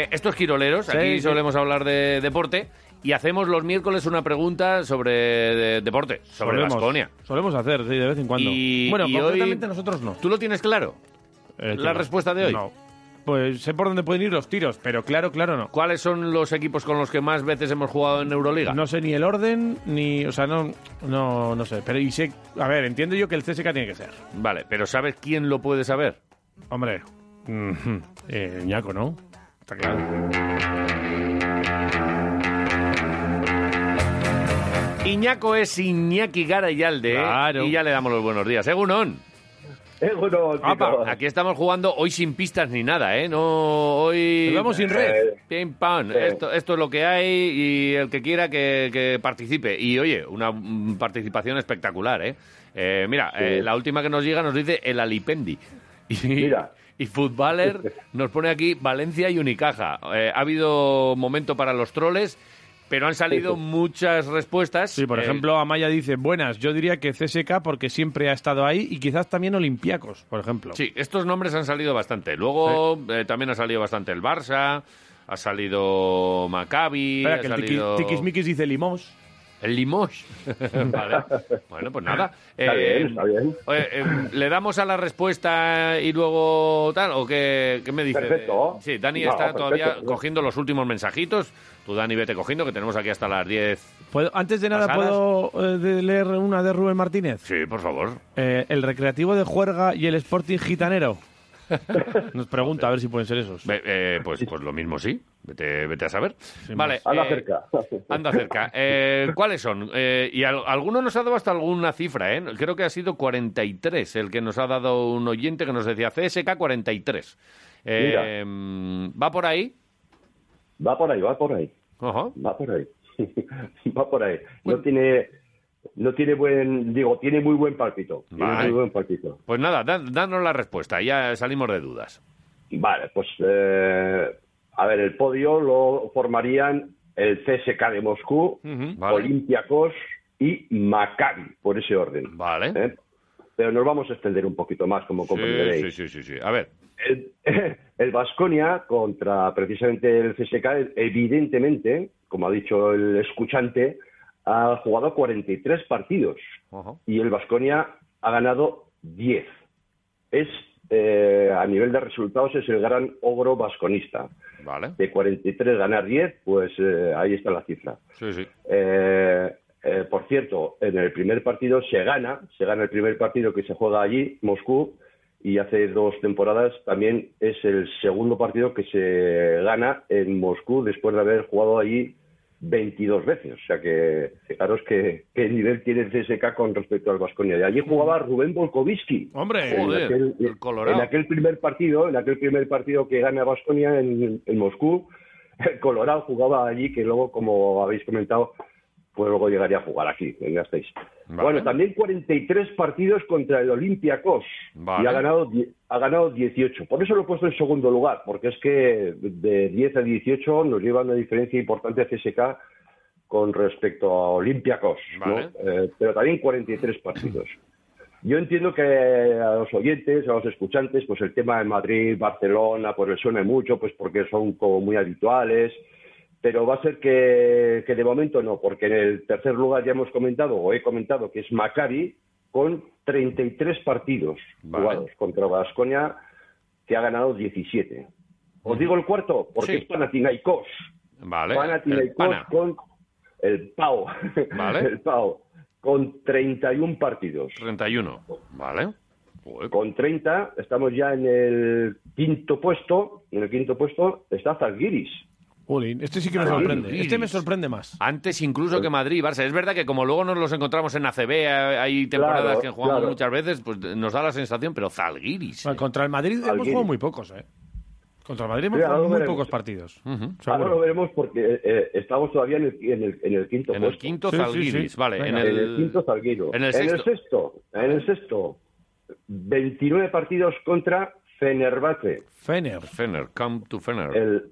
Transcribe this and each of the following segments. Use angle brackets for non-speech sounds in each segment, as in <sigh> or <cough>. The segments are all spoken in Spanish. Eh, Estos quiroleros, Sí, aquí sí. solemos hablar de deporte y hacemos los miércoles una pregunta sobre de- deporte, sobre Solemos- Vasconia. Solemos hacer, sí, de vez en cuando. Y- bueno, y hoy- concretamente nosotros no. ¿Tú lo tienes claro? Eh, ¿La respuesta de hoy? No. Pues sé por dónde pueden ir los tiros, pero claro, claro no. ¿Cuáles son los equipos con los que más veces hemos jugado en Euroliga? No sé ni el orden, ni... O sea, no, no, no sé. Pero y sé... A ver, entiendo yo que el CSK tiene que ser. Vale, pero ¿sabes quién lo puede saber? Hombre. mhm, eh, Ñaco, ¿no? Está claro. Iñaco es Iñaki Garayalde ¿eh? Claro. y ya le damos los buenos días. Egunon, Egunon, chicos. Ah, aquí estamos jugando hoy sin pistas ni nada, ¿eh? No, hoy... Nos vamos sin red. Pim, pam. Sí. Esto, esto es lo que hay y el que quiera que, que participe. Y oye, una mm, participación espectacular, ¿eh? Eh, mira, Sí. eh, la última que nos llega nos dice el Alipendi. <laughs> Y, Mira. y <laughs> Footballer nos pone aquí Valencia y Unicaja. Eh, ha habido momento para los troles, pero han salido muchas respuestas. Sí, por Eh, ejemplo, Amaya dice, buenas, yo diría que CSK porque siempre ha estado ahí y quizás también Olympiacos, por ejemplo. Sí, estos nombres han salido bastante. Luego eh, también ha salido bastante el Barça, ha salido Maccabi, Espera, ha que el salido... tiqui- tiquismiquis dice Limos. El Limoges. <laughs> Vale. Bueno, pues nada. Está bien, está bien. oye, eh, ¿Le damos a la respuesta y luego tal? ¿O qué, qué me dice? Perfecto. Sí, Dani No, está perfecto. todavía cogiendo los últimos mensajitos. Tú, Dani, vete cogiendo, que tenemos aquí hasta las 10. ¿Puedo- antes de nada, Pasadas. ¿puedo eh, de leer una de Rubén Martínez? Sí, por favor. Eh, el recreativo de Juerga y el <laughs> Sporting Gitanero. Nos pregunta a ver si pueden ser esos. Ve- eh, pues, pues lo mismo sí. Vete, vete a saber. vale. Anda eh, Ah, cerca. Anda cerca. Eh, ¿Cuáles son? Eh, y al- alguno nos ha dado hasta alguna cifra, ¿eh? Creo que ha sido 43 el que nos ha dado un oyente que nos decía CSK 43. Eh, ¿Va por ahí? Va por ahí, va por ahí. Ojo. Va por ahí. <laughs> va por ahí. No tiene. No tiene buen, digo, tiene muy buen palpito. Tiene Vale. muy buen palpito. Pues nada, dan- danos la respuesta, ya salimos de dudas. Vale, pues eh, a ver, el podio lo formarían el CSK de Moscú, Mm, Vale. Olympiacos y Maccabi, por ese orden. Vale. ¿eh? Pero nos vamos a extender un poquito más, como comprenderéis. Sí, sí, sí, sí, sí. A ver, el, <laughs> el Vasconia contra precisamente el CSK, evidentemente, como ha dicho el escuchante, ha jugado 43 partidos ojo. y el Vasconia ha ganado 10. Es, eh, a nivel de resultados, es el gran ogro vasconista. Vale. De 43 ganar 10, pues eh, ahí está la cifra. Sí, sí. Eh, eh, por cierto, en el primer partido se gana, se gana el primer partido que se juega allí, Moscú, y hace dos temporadas también es el segundo partido que se gana en Moscú después de haber jugado allí 22 veces. O sea que fijaros que- qué nivel tiene el CSK con respecto al Vasconia. Y allí jugaba Rubén Volkovski. Hombre, En Joder, aquel, el Colorado. en aquel primer partido, en aquel primer partido que gana Vasconia en, en Moscú, <laughs> el Colorado jugaba allí, que luego, como habéis comentado, pues luego llegaría a jugar aquí, en Gasteiz. Vale. Bueno, también 43 partidos contra el Olympiacos Vale. y ha ganado, die- ha ganado 18. Por eso lo he puesto en segundo lugar, porque es que de 10 a 18 nos lleva una diferencia importante a CSK con respecto a Olympiacos, ¿no? Vale. Eh, pero también 43 partidos. Yo entiendo que a los oyentes, a los escuchantes, pues el tema de Madrid, Barcelona, pues les suene mucho, pues porque son como muy habituales, pero va a ser que, que de momento no, porque en el tercer lugar ya hemos comentado, o he comentado, que es Maccabi, con 33 partidos Vale. jugados contra Vasconia, que ha ganado 17. Os digo el cuarto, porque Sí. es Panathinaikos. Vale. El Panathinaikos pana. con el Pau. Vale. <laughs> El Pau. Con 31 partidos. 31. Vale. Joder. Con 30 estamos ya en el quinto puesto. En el quinto puesto está Zalgiris. Jolín, este sí que me sorprende. Iris. Este me sorprende más. Antes incluso Pues que Madrid y Barça. Es verdad que como luego nos los encontramos en ACB, eh, hay temporadas Claro, que jugamos claro. muchas veces, pues nos da la sensación, pero Zalgiris. Bueno, contra el Madrid hemos Alguien. jugado muy pocos, ¿eh? Contra el Madrid hemos Sí, jugado ahora muy veremos. pocos partidos. Ujú. seguro. Ahora lo veremos porque eh, estamos todavía en el, en el- en el quinto En el puesto. quinto Sí, sí, Zalgiris, sí. vale. Venga. En En el, el quinto Zalgiris. en el sexto. sexto. En el sexto. 29 partidos contra Fenerbahce. Fener. Fener, come to Fener. El,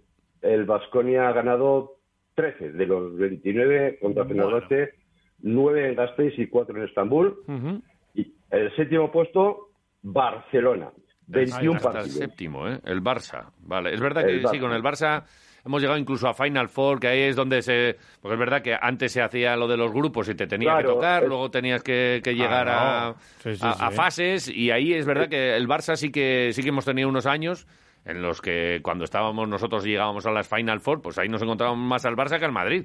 el Vasconia ha ganado 13 de los 29 contra Fenerbahce, 9 en Gasteiz y 4 en Estambul. Ujú. Y el séptimo puesto, Barcelona. 21 hasta partidos. el séptimo, ¿eh? El Barça. Vale, es verdad que El sí, Barça. con el Barça hemos llegado incluso a Final Four, que ahí es donde se... Porque es verdad que antes se hacía lo de los grupos y te tenía que Claro, tocar, es- luego tenías que, que llegar Ah, a, no. Sí, sí, a- a sí. fases y ahí es verdad que el Barça sí que, sí que hemos tenido unos años en los que cuando estábamos nosotros y llegábamos a las Final Four, pues ahí nos encontrábamos más al Barça que al Madrid.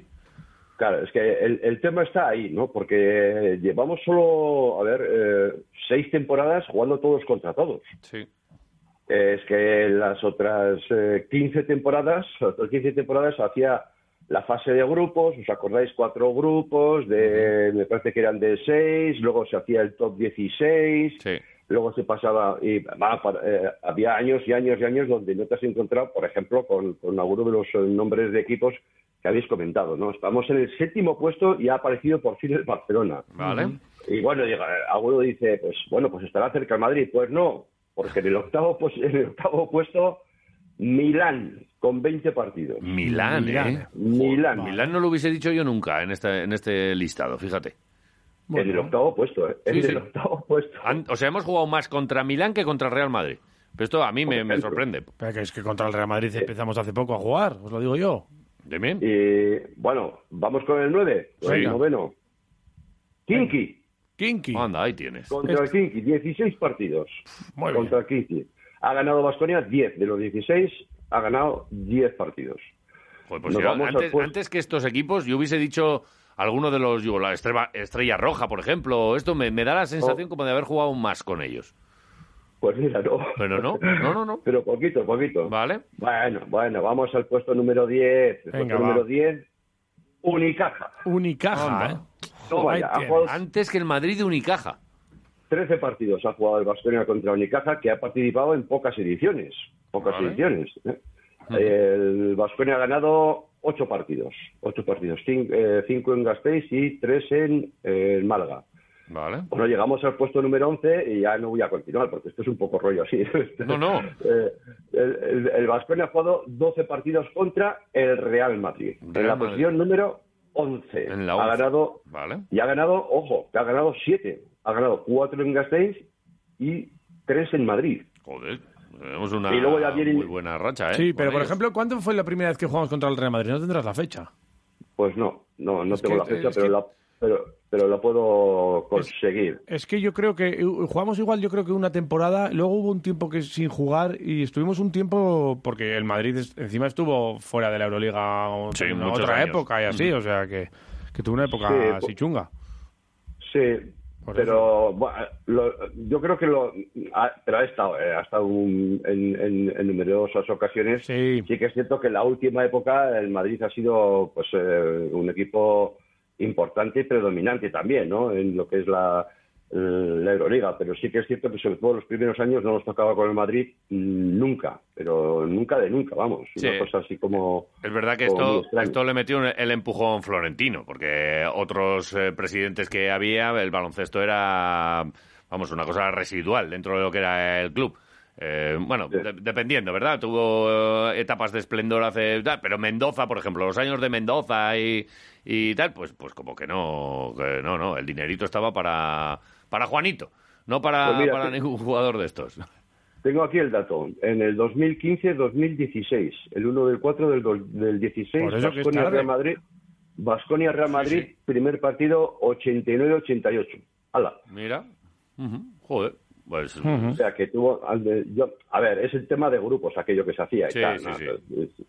Claro, es que el, el tema está ahí, ¿no? Porque llevamos solo, a ver, eh, seis temporadas jugando todos contra todos. Sí. Eh, Es que las otras eh, 15 temporadas, las otras 15 temporadas hacía la fase de grupos, ¿os acordáis? Cuatro grupos, de, me parece que eran de seis, luego se hacía el top 16, Sí. luego se pasaba, y va, para- eh, había años y años y años donde no te has encontrado, por ejemplo, con, con alguno de los eh, nombres de equipos que habéis comentado, ¿no? Estamos en el séptimo puesto y ha aparecido por fin el Barcelona. Vale. Y bueno, diga, alguno dice, pues bueno, pues estará cerca el Madrid. Pues no, porque en el octavo, pues, en el octavo puesto, Milán, con 20 partidos. Milán, Milán. ¿eh? Milán. Joder, Mm. Milán no lo hubiese dicho yo nunca en este, en este listado, fíjate. En el octavo puesto, ¿eh? En Sí, sí. el octavo puesto. Han- o sea, hemos jugado más contra Milán que contra el Real Madrid. Pero esto a mí me, me sorprende. Pero que es que contra el Real Madrid empezamos hace poco a jugar, os lo digo yo. Demian. Y Eh, bueno, vamos con el 9, con Sí. el noveno. Kinky, Kinky. Anda, ahí tienes. contra el Kinky, 16 partidos. Muy bien. contra el 15. Ha ganado Bastonia 10 de los 16, ha ganado 10 partidos. Joder, pues nos yo vamos al antes, puesto- antes que estos equipos, yo hubiese dicho alguno de los, yo, la Estrella, Estrella Roja, por ejemplo. Esto me, me da la sensación como de haber jugado más con ellos. Pues mira, no. Pero no, no, no, no. Pero poquito, poquito. Vale. Bueno, bueno, vamos al puesto número 10. Venga, El puesto va. número 10, Unicaja. Unicaja, Anda. ¿eh? No, Ahí vaya, ha tienes. jugado Antes que el Madrid de Unicaja. 13 partidos, ha jugado el Bastonia contra Unicaja, que ha participado en pocas ediciones. Pocas Vale. ediciones. ¿eh? El Bastonia ha ganado 8 partidos. 8 partidos, 5 en Gasteiz y 3 en eh, en Málaga. Vale. Bueno, llegamos al puesto número 11 y ya no voy a continuar porque esto es un poco rollo así. <laughs> No, no. Eh, el, el, el Baskonia ha jugado 12 partidos contra el Real Madrid. Real en la Madrid. posición número 11. En la Ha 11. ganado, Vale. y ha ganado, ojo, que ha ganado 7. Ha ganado 4 en Gasteiz y 3 en Madrid. Joder. Tenemos una Y luego ya viene- muy buena racha, ¿eh? Sí, pero Con por ellos. ejemplo, ¿cuándo fue la primera vez que jugamos contra el Real Madrid? No tendrás la fecha. Pues no, no, no Es tengo que- la fecha, es pero, que- la, pero, pero la puedo conseguir. Es que yo creo que eh, jugamos igual, yo creo que una temporada, luego hubo un tiempo que sin jugar y estuvimos un tiempo porque el Madrid es- encima estuvo fuera de la Euroliga o- Sí, en muchos otra años. época y así, o sea que, que tuvo una época Sí, pues, po- así chunga. Sí, Por pero bueno, lo- yo creo que lo ha, pero ha estado, eh, ha estado un- en, en- en numerosas ocasiones. Sí. que es cierto que en la última época el Madrid ha sido pues eh, un equipo importante y predominante también, ¿no? En lo que es la, la Euroliga, pero sí que es cierto que sobre todo los primeros años no nos tocaba con el Madrid mm, nunca, pero nunca de nunca, vamos, Sí. una cosa así como Es verdad que como Oh, muy esto, extraño. esto le metió un- el empujón florentino, porque otros eh, presidentes que había, el baloncesto era, vamos, una cosa residual dentro de lo que era el club. Eh, bueno, Sí. de- dependiendo, ¿verdad? Tuvo eh, etapas de esplendor hace tal, pero Mendoza, por ejemplo, los años de Mendoza y, y tal, pues, pues como que no, que no, no, el dinerito estaba para, para Juanito, no para, Pues mira, para sí. ningún jugador de estos. Tengo aquí el dato. En el 2015-2016, el 1 del 4 del, dos- del 16, Por eso que es Baskonia tarde. Real Madrid, Baskonia Real Madrid, primer partido 89-88. Hala. Mira, Ujú, joder, pues O sea, que tuvo. al de- yo- a ver, es el tema de grupos, aquello que se hacía. y Sí, tal, sí, ¿no? sí. Es-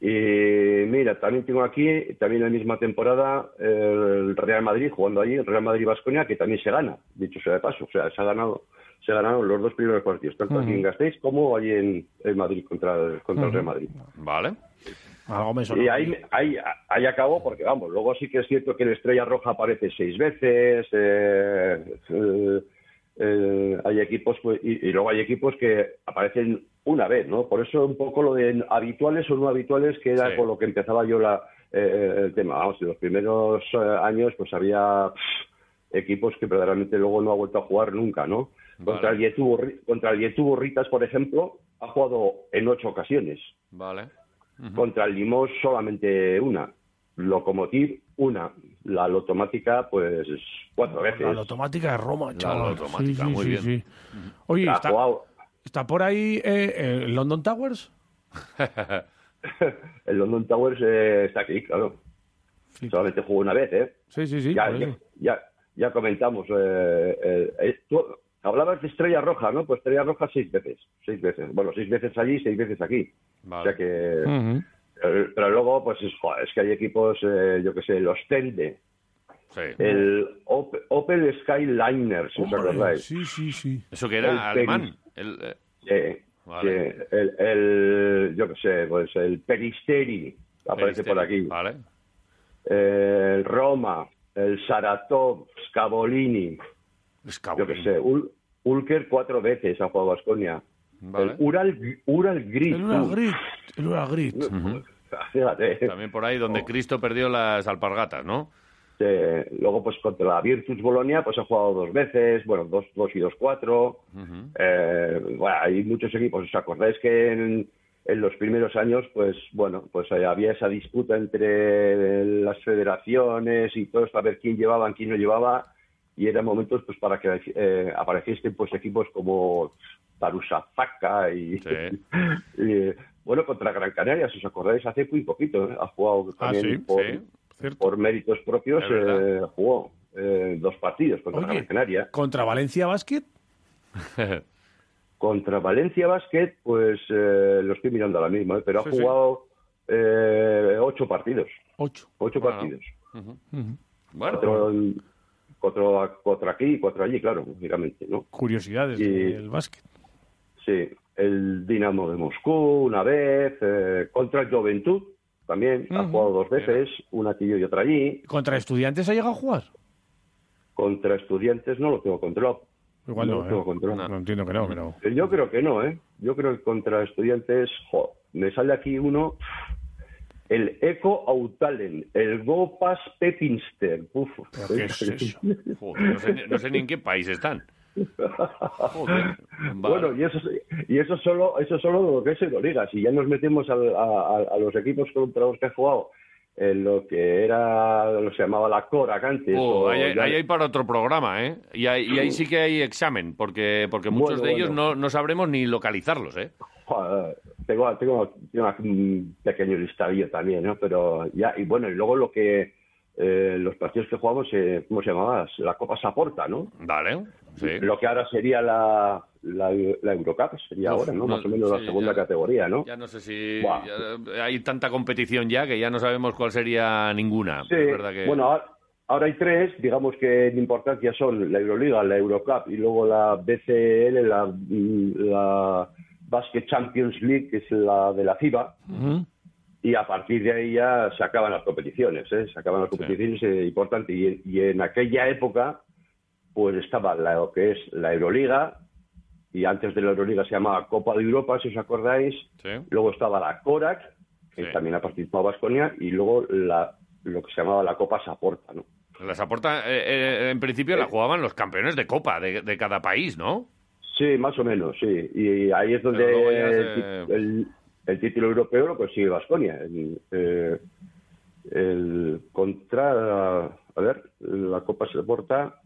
Y mira, también tengo aquí, también la misma temporada, el Real Madrid jugando allí, el Real madrid Vasconia, que también se gana, dicho sea de paso. O sea, se ha ganado. Se ganaron los dos primeros partidos, tanto aquí en Gasteiz como allí en, en Madrid contra, el, contra el Real Madrid. vale. Algo me sonó. Y ahí, ahí, ahí acabó, porque vamos, luego sí que es cierto que la estrella roja aparece seis veces, eh, eh, eh, hay equipos, pues, y, y luego hay equipos que aparecen una vez, ¿no? Por eso un poco lo de habituales o no habituales, que era Sí. con lo que empezaba yo la, eh, el tema. Vamos, en los primeros eh, años, pues había pff, equipos que verdaderamente luego no ha vuelto a jugar nunca, ¿no? Contra Vale. el Yetú Borri- contra el Yetú Borritas, por ejemplo, ha jugado en ocho ocasiones. Vale. Contra el Limón solamente una. Locomotiv, una. La Lotomática, pues cuatro veces. La automática de Roma, chaval. automática, Sí, sí, muy sí, bien. sí. Oye, Ha está- jugado- ¿Está por ahí eh, el London Towers? el London Towers eh, está aquí, claro. Flipa. Solamente jugó una vez, ¿eh? Sí, sí, sí. ya, por ya, eso. ya- ya comentamos. eh, eh, eh, tú hablabas de Estrella Roja, ¿no? Pues Estrella Roja seis veces. Seis veces. Bueno, seis veces allí, seis veces aquí. Vale. O sea que... Ujú. eh, Pero luego, pues es, joder, es que hay equipos, eh, yo que sé, los Tende, Sí. Eh, el Op- Opel Skyliner, si os Hombre, acordáis. sí, sí, sí. Eso que era el alemán. El, eh, Sí, Vale. sí, el, el- yo que sé, pues el Peristeri aparece por aquí. este, Vale. Eh, El Roma, el Saratov, Scavolini, yo que Escabolín. sé, Ul- Ulker cuatro veces ha jugado a Basconia. Vale. El E Ural, Ural Grid. El Ura Grit. El Ura Grit. Fíjate. También por ahí donde Cristo perdió las alpargatas, ¿no? Eh, luego, pues contra la Virtus Bolonia, pues ha jugado dos veces, bueno, dos, dos y dos, cuatro. Eh, bueno, hay muchos equipos, ¿os acordáis que en, en los primeros años, pues bueno, pues eh, había esa disputa entre las federaciones y todos para ver quién llevaban, quién no llevaba, y eran momentos pues para que eh, apareciesen pues equipos como Tarusafaka y, Sí. <laughs> y, bueno, contra Gran Canaria, si os acordáis, hace muy poquito, ¿eh? ha jugado Ah, sí, también por, sí. Cierto. por méritos propios Es eh, verdad. jugó eh, dos partidos contra Oye. Gran Canaria. Contra Valencia Basket. Contra Valencia Basket, pues eh, lo estoy mirando ahora mismo, ¿eh? pero ha Sí, sí. jugado eh, ocho partidos. Ocho. Ocho Bueno. partidos. <laughs> bueno, Cuatro, en- cuatro, cuatro aquí y cuatro allí, claro, lógicamente, ¿no? Curiosidades Y- del básquet. Sí, el Dinamo de Moscú una vez, eh, contra el Juventud también, ha Ujú. jugado dos veces, una aquí y otra allí. ¿Contra estudiantes ha llegado a jugar? Contra Estudiantes no lo tengo controlado. Igual No no, lo tengo ¿eh? controlado. No entiendo que no, pero... Eh, Yo creo que no, ¿eh? Yo creo que contra estudiantes, jo, me sale aquí uno, el Eco Autalen, el Gopas Pepinster. Uf, ¿Qué es eso? joder, no, sé, ni- no sé ni en qué país están. Joder. Vale. <laughs> Bueno, y eso, y eso solo eso solo lo que es Euroliga. Si ya nos metemos al- a, a- a los equipos contra los que ha jugado en lo que era, lo que se llamaba la Cora antes. Oh, o ahí, hay- ya- ahí hay para otro programa, ¿eh? Y ahí, y ahí sí que hay examen, porque, porque muchos Bueno, de ellos bueno. no, no sabremos ni localizarlos, ¿eh? Joder, tengo, tengo, tengo aquí un pequeño listadillo también, ¿no? Pero ya, y bueno, y luego lo que, eh, los partidos que jugamos, eh, ¿cómo se llamaba? La Copa Saporta, ¿no? Vale, sí. Lo que ahora sería la, la, la Eurocup, sería Uf, ahora, ¿no? no, Más o menos sí, la segunda ya. categoría, ¿no? Ya no sé si Buah. ya- eh, hay tanta competición ya que ya no sabemos cuál sería ninguna. Sí, Es verdad que... bueno, ahora, ahora hay tres, digamos que en importancia son la Euroliga, la Eurocup y luego la BCL, la, la Basket Champions League, que es la de la FIBA. Ujú. y a partir de ahí ya se acaban las competiciones, ¿eh? se acaban las competiciones eh, importante y, y en aquella época pues estaba la- lo que es la Euroliga y antes de la Euroliga se llamaba Copa de Europa si os acordáis, Sí. luego estaba la Corac que Sí. también ha participado Vasconia y luego la lo que se llamaba la Copa Saporta, ¿no? Las aporta, eh, eh, en principio la jugaban los campeones de copa de, de cada país, ¿no? Sí, más o menos, sí. Y ahí es donde Pero luego ya el, se- ti- el- el título europeo lo consigue Vasconia. El, eh, el contra, a ver, la Copa se porta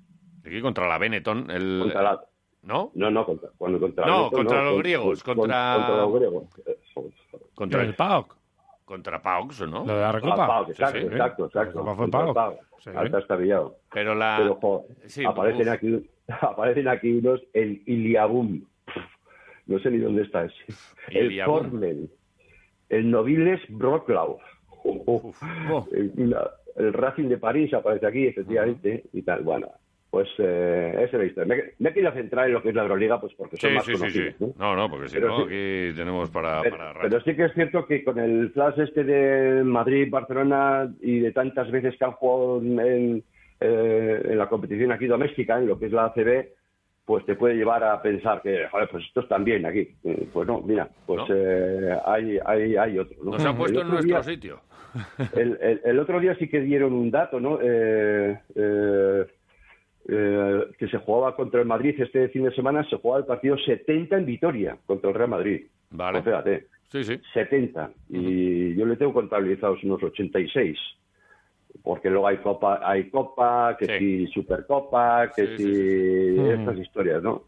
Aquí contra la Benetton, el- contra la, ¿no? no, no, contra, cuando contra No, Neto, contra los con- griegos, con- contra- contra los griegos. Eh, joder, joder. Contra, El PAOK. contra Paox, ¿no? Lo de la Ah, recopa. Pau, exacto, sí, sí. exacto, exacto. La Copa fue Contra Pau. Pau. Sí. Alta estabillado. Pero la... Pero, pues, joder, Ah, sí, pues, aparecen, uf. aquí, <laughs> aparecen aquí unos, el Iliabum. No sé ni dónde está ese. El Iliabum. Cornell. El Noviles Broclau. Oh. El, la- el Racing de París aparece aquí, efectivamente, y tal. Bueno, pues eh, esa es la historia. Me, me he querido centrar en lo que es la Euroliga, pues porque son Sí, más sí, sí, sí. conocidos, ¿no? No, no, porque si Pero no, sí. aquí tenemos para... Pero, para pero sí que es cierto que con el flash este de Madrid, Barcelona y de tantas veces que han jugado en, en, eh, en la competición aquí doméstica, en lo que es la ACB, pues te puede llevar a pensar que, joder, pues estos también aquí. Eh, Pues no, mira, pues No. eh, hay, hay, hay otro. ¿no? Nos han El puesto en otro nuestro día- sitio. el, el- el otro día sí que dieron un dato, ¿no? Eh, eh, eh, que se jugaba contra el Madrid este fin de semana, se jugaba el partido 70 en Vitoria contra el Real Madrid. Vale. Pues fíjate. Sí, sí. 70 y yo le tengo contabilizados unos 86 porque luego hay copa hay copa que Sí. si supercopa que Sí, si sí, sí, sí. estas historias no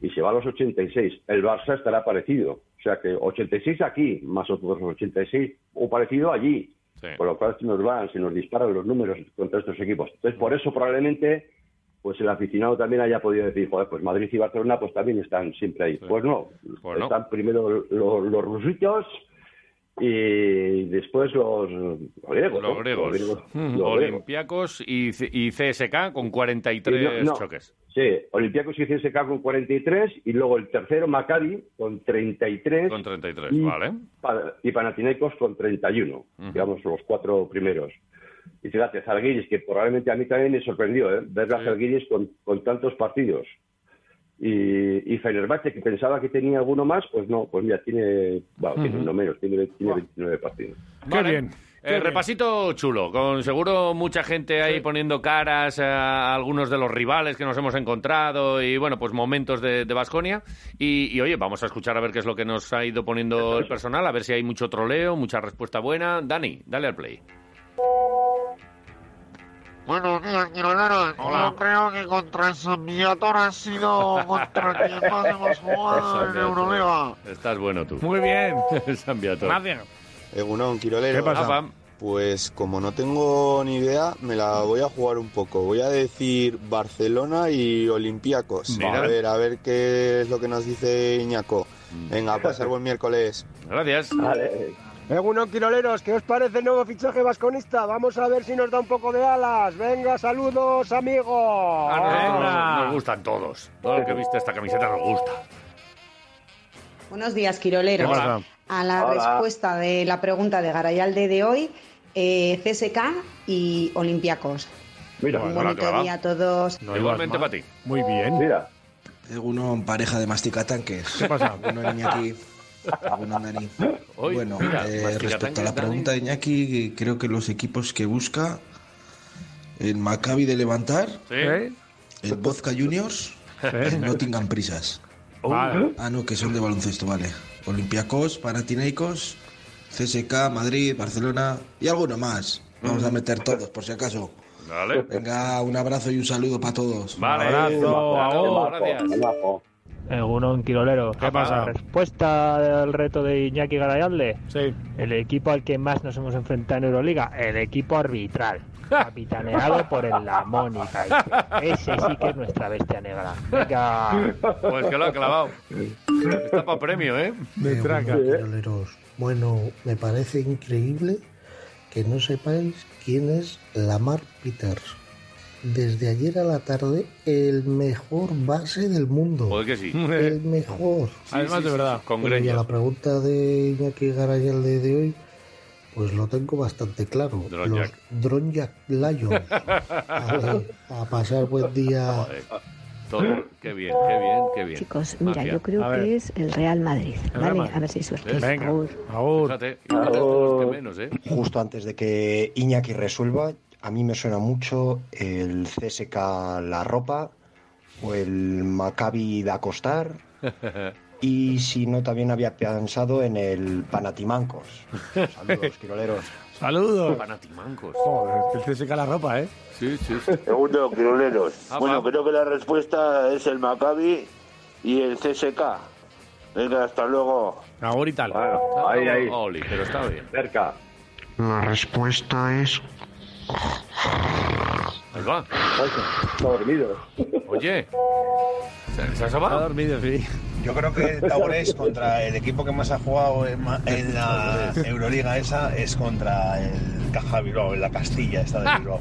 y se va a los 86. El Barça estará parecido. O sea que 86 aquí, más otros 86 o parecido allí. Sí. Con lo cual se nos van, se nos disparan los números contra estos equipos. Entonces, por eso probablemente pues el aficionado también haya podido decir, joder, pues Madrid y Barcelona pues también están siempre ahí. Pues no, Pues no. están primero lo- lo- los rusitos y después los griegos. ¿no? Los griegos. Mm, Mm-hmm. Los griegos. Olympiacos y, C- y CSK con 43 Y no- no. choques. Sí, Olympiacos y CSKA con 43 y luego el tercero Maccabi con 33 Con 33, Y- vale. pa- y Panathinaikos con 31, digamos los cuatro primeros. Y fíjate, Zalgiris, que probablemente a mí también me sorprendió ¿eh? ver a Zalgiris con, con tantos partidos. Y, y Fenerbahce, que pensaba que tenía alguno más, pues no, pues mira, tiene, bueno, tiene uno menos, tiene, tiene 29 partidos. Qué bien, Eh, qué bien. repasito chulo, con seguro mucha gente ahí poniendo caras a algunos de los rivales que nos hemos encontrado y bueno, pues momentos de Vasconia. y, y, oye, vamos a escuchar a ver qué es lo que nos ha ido poniendo el personal, a ver si hay mucho troleo, mucha respuesta buena. Dani, dale al play. Buenos días, Quiroleros. Yo creo que contra el San Villator ha sido contra quien más hemos jugado en Euroliga. Estás bueno tú. <laughs> Muy bien. San Viator. Gracias. Egunon, Quirolero. ¿Qué pasa? Rafa, Pues como no tengo ni idea, me la voy a jugar un poco. Voy a decir Barcelona y Olympiacos. Mira. A ver, a ver qué es lo que nos dice Iñaco. Venga, a pasar buen miércoles. gracias. Eh, Vale. eh, Egunon Quiroleros, ¿qué os parece el nuevo fichaje vasconista? Vamos a ver si nos da un poco de alas. Venga, saludos, amigos. A ah, nosotros Venga. nos, nos gustan todos. Todo el que viste esta camiseta nos gusta. Buenos días, Quiroleros. Hola. A la Hola. respuesta de la pregunta de Garayalde de hoy, eh, CSK y Olympiacos. Mira, Un Bueno, la bonito clavada. día a todos. No ibas Igualmente mal. para ti. Muy bien. mira. Alguno pareja de masticatanques. ¿Qué pasa? Alguno Iñaki. Alguno Dani. Hoy, bueno, mira, eh, masticatanques, respecto a la Dani. pregunta de Iñaki, creo que los equipos que busca el Maccabi de levantar, Sí. ¿Eh? el Bozca Juniors, Eh. el Nottingham Prisas. Vale. Ah, no, que son de baloncesto, vale. Olympiacos, Panathinaikos, CSK, Madrid, Barcelona y alguno más. Vamos Mm. a meter todos, por si acaso. Vale. Venga, un abrazo y un saludo para todos. Vale. abrazo, Abrazo, agur. Gracias. Abajo. Egunon Quirolero. ¿Qué pasa? Respuesta del reto de Iñaki Garayalde. Sí. El equipo al que más nos hemos enfrentado en Euroliga, el equipo arbitral, capitaneado por el La Mónica. Ese sí que es nuestra bestia negra. Venga. Pues que lo ha <laughs> clavado. Está para premio, ¿eh? De traca. Bueno, me parece increíble que no sepáis quién es Lamar Peters. Desde ayer a la tarde, eh, el mejor base del mundo. Joder que sí. El mejor. Además, de verdad. Con Pero y a greñas. la pregunta de Iñaki Garayalde de hoy, pues lo tengo bastante claro. Dronjak. Los Dronjak Lions. A, ver, a pasar buen día. Joder. Todo. Qué bien, qué bien, qué bien. Chicos, mira, mira, Magia. yo yo A creo ver. que que es el Real Madrid. Real ¿vale? ¿vale? Madrid. A A ver si hay suerte. Venga. Agur. Fíjate, y fíjate todos los que menos, ¿eh? Justo antes de que Iñaki resuelva, a mí me suena mucho el CSK La Ropa o el Maccabi de Acostar. Y si no, también había pensado en el Panatimancos. Saludos, quiroleros. Saludos. Panatimancos. Joder, el CSK la ropa, ¿eh? Sí, sí, sí. Segundo, quiroleros. Ah, Bueno, va. creo que la respuesta es el Maccabi y el CSK. Venga, hasta luego. Agur y tal. Bueno, ahí, ahí. Ah, Oli, pero está bien. Cerca. La respuesta es Ahí va. Ay, Está dormido. Oye. ¿Se, se ha Ha asomado? dormido, sí. Yo creo que Taurés contra el equipo que más ha jugado en, ma- en la Euroliga esa es contra el Caja Bilbao, en la Castilla esta de Bilbao.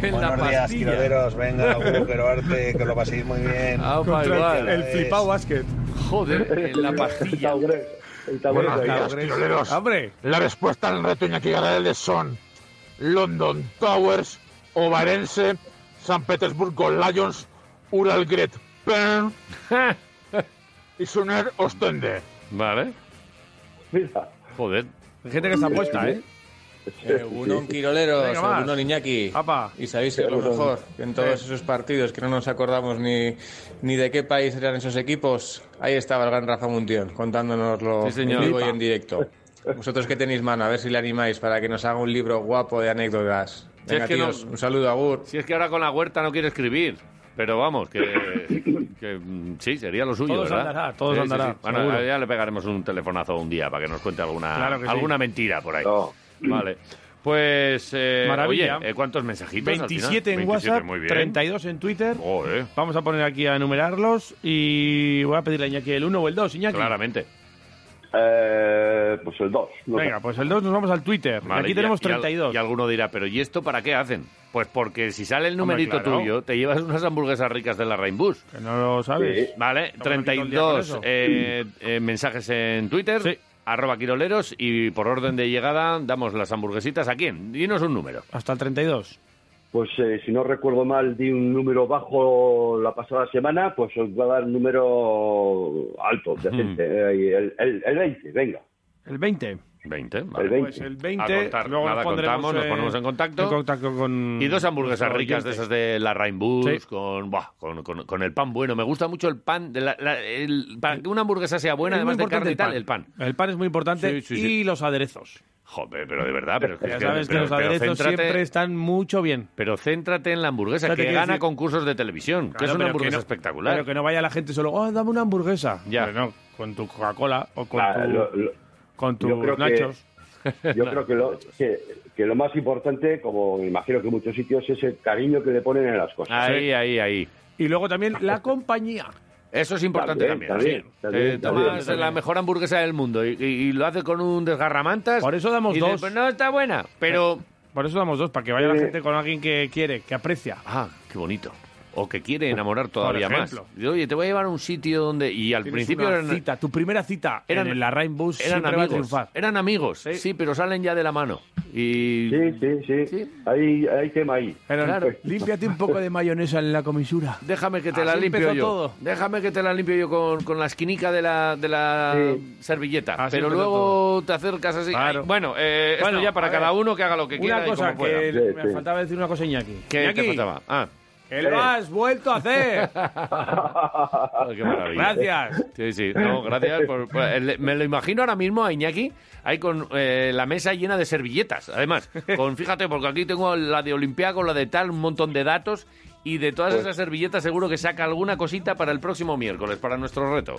En la Buenos días, pastilla. quiroleros. Venga, Hugo, quiero arte, que lo paséis muy bien. Ah, pa, Contra igual. el, el flipado basket. Joder, en la El <laughs> pastilla. Taurés. El Taurés ahí. Quiroleros. Hombre. La respuesta al reto Iñaki Garayalde son London Towers, Ovarense, San Petersburgo Lions, Ural Gret Pern y Suner Ostende. Vale. Mira. Joder. Hay gente que está puesta, ¿eh? Egunon Quiroleros, Venga, más. Egunon Iñaki. Apa. Y sabéis que lo mejor, que en todos esos partidos que no nos acordamos ni, ni de qué país eran esos equipos, ahí estaba el gran Rafa Muntión contándonoslo Sí, señor. en vivo y Flipa. Oh, en directo. Vosotros que tenéis mano, a ver si le animáis para que nos haga un libro guapo de anécdotas. Si es Venga, que no- tíos, un saludo, Agur. Si es que ahora con la huerta no quiere escribir. Pero vamos, que, que, mm, sí, sería lo suyo, Todos ¿verdad? andará, Sí, todos sí, andará, sí. Bueno, seguro. ya le pegaremos un telefonazo un día para que nos cuente alguna, Claro que sí. alguna mentira por ahí. Vale. Pues, eh, Maravilla. oye, eh, ¿cuántos mensajitos? al final? 27 en 27, WhatsApp, muy bien. 32 en Twitter. Vamos a poner aquí a enumerarlos y voy a pedirle a Iñaki el 1 o el 2, Iñaki. Claramente. Eh, pues el 2. Venga, pues el 2 nos vamos al Twitter. Vale, aquí y- tenemos y al- 32. Y, alguno dirá, ¿pero y esto para qué hacen? Pues porque si sale el Hombre, numerito claro. tuyo, te llevas unas hamburguesas ricas de la Rainbus. Que no lo sabes. Vale, Estamos aquí todo el día con 32 eso. eh, eh, mensajes en Twitter, arroba quiroleros, y por orden de llegada damos las hamburguesitas. ¿A quién? Dinos un número. Hasta el 32. Pues eh, si no recuerdo mal, di un número bajo la pasada semana, pues os voy a dar un número alto, decente. eh, el, el- el 20, venga. El 20. 20, El 20. Pues el A 20. contar, luego nada, nos pondremos, contamos, nos ponemos en contacto. en contacto con Y dos hamburguesas nuestros ricas de oyentes. esas de la Rainbus, Sí. con, buah, con, con- con el pan bueno. Me gusta mucho el pan. de la- la- el- para que una hamburguesa sea buena, Es muy además de importante carne y tal, el el pan. El pan es muy Sí, importante sí, y sí. los aderezos. Joder, pero de verdad. Pero es que, Ya sabes que pero- los pero aderezos céntrate- siempre están mucho bien. Pero céntrate en la hamburguesa, Pero te que quiero gana decir- concursos de televisión, que Claro, es una pero hamburguesa no- espectacular. Pero que no vaya la gente solo, oh, dame una hamburguesa. Ya. Pero no, con tu Coca-Cola o con Ah, tu- lo- lo- con tus yo creo que- nachos. Yo creo que lo, que, que lo más importante, como me imagino que en muchos sitios, es el cariño que le ponen en las cosas. Ahí, ahí, ahí. Y luego también la compañía. Eso es importante también. También, sí. también, también, Te tomas también, también. la mejor hamburguesa del mundo y, y- y lo hace con un desgarramantas. Por eso damos y dos. dices, pues no está buena, pero. Por eso damos dos, para que vaya la Eh. gente con alguien que quiere, que aprecia. Ah, qué bonito. O que quiere enamorar todavía Por más. ejemplo. Dice, Oye, te voy a llevar a un sitio donde. Y al Tienes principio una eran. cita, tu primera cita eran- en la Rainbow eran siempre va a amigos, triunfar. eran amigos, sí. pero salen ya de la mano. Y Sí, sí, sí. Hay, hay tema ahí. Pues, Eran, Claro. Límpiate un poco de mayonesa en la comisura. déjame que te la Así limpio empezó yo. todo. Déjame que te la limpio yo con, con la esquinica de la, de la servilleta. Así pero empezó luego te acercas así. Claro. Ay, bueno, eh, Bueno, esto ya para a cada ver, uno que haga lo <laughs> que quiera. Una y cosa como pueda. que me faltaba decir una cosa, Iñaki. ¿Qué Iñaki, te faltaba? Ah. que Eh. lo has vuelto a hacer. Ay, qué <laughs> maravilla. Gracias. Sí, sí, no, gracias. por- por- el- me lo imagino ahora mismo a Iñaki ahí con eh, la mesa llena de servilletas. Además, con fíjate, porque aquí tengo la de Olimpiaco, la de tal, un montón de datos. Y de todas Pues esas servilletas seguro que saca alguna cosita para el próximo miércoles, para nuestro reto.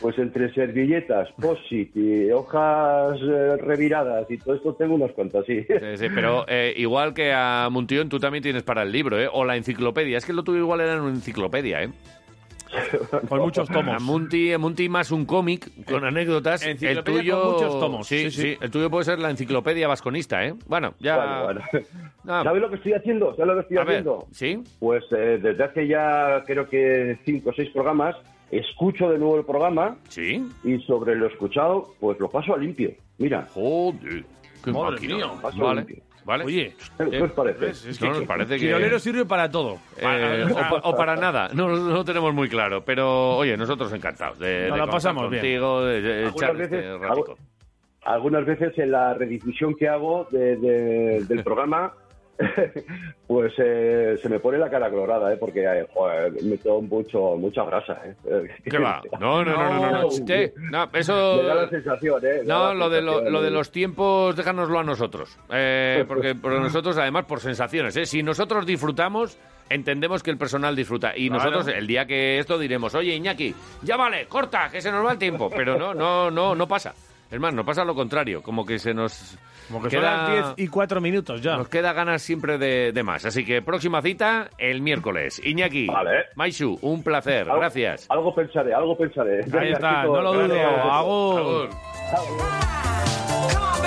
Pues entre servilletas, post-it y hojas eh, reviradas y todo esto tengo unas cuantas, sí. <laughs> Sí, sí, pero eh, igual que a Muntión, tú también tienes para el libro, ¿eh? O la enciclopedia. Es que lo tuyo igual era una enciclopedia, ¿eh? Con muchos tomos. Eh, A Munti, a Munti más un cómic con anécdotas. El Enciclopedia tuyo, con muchos tomos. Sí, sí, Sí, sí. El tuyo puede ser la enciclopedia vasconista, ¿eh? Bueno, ya. Ah, Bueno, bueno. ¿Sabes lo que estoy haciendo? ¿Sabes lo que estoy A ver, haciendo? ¿sí? Pues eh, desde hace ya creo que cinco o seis programas escucho de nuevo el programa Sí. y sobre lo escuchado pues lo paso a limpio. Mira. Joder, qué Madre máquina. mía. Paso a Vale, limpio. vale. Oye, ¿Qué os parece? es, es que, No, nos parece que- Quirolero sirve para todo. Eh, o, pa- o para nada, no, no lo tenemos muy claro, pero oye, nosotros encantados de, Nos de la contar pasamos bien. contigo, de, de Algunas echar este veces- ratico. Algunas veces en la redifusión que hago de- de- del programa <laughs> pues eh, se me pone la cara colorada, ¿eh? porque eh, joder, meto mucho, mucha grasa. ¿eh? <laughs> ¿Qué va? No, no, no, no, no, no, chiste. No, eso... <laughs> Me da la sensación, ¿eh? Me da No, la lo de, lo, sensación. lo de los tiempos, déjanoslo a nosotros. <laughs> Eh, porque por nosotros, además, por sensaciones. ¿eh? Si nosotros disfrutamos, entendemos que el personal disfruta. Y Claro. nosotros, el día que esto, diremos, oye, Iñaki, ya vale, corta, que se nos va el tiempo. Pero no, no, no, no pasa. Es más, no pasa lo contrario. Como que se nos. Como que queda- son las 10 y 4 minutos ya. Nos queda ganas siempre de, de más. Así que próxima cita el miércoles. Iñaki, Vale. Maishu, un placer. Algo- Gracias. <laughs> Algo pensaré, algo pensaré. Ahí Venga, está, chicos, no lo dudo. gracias. Agur. Agur. Agur.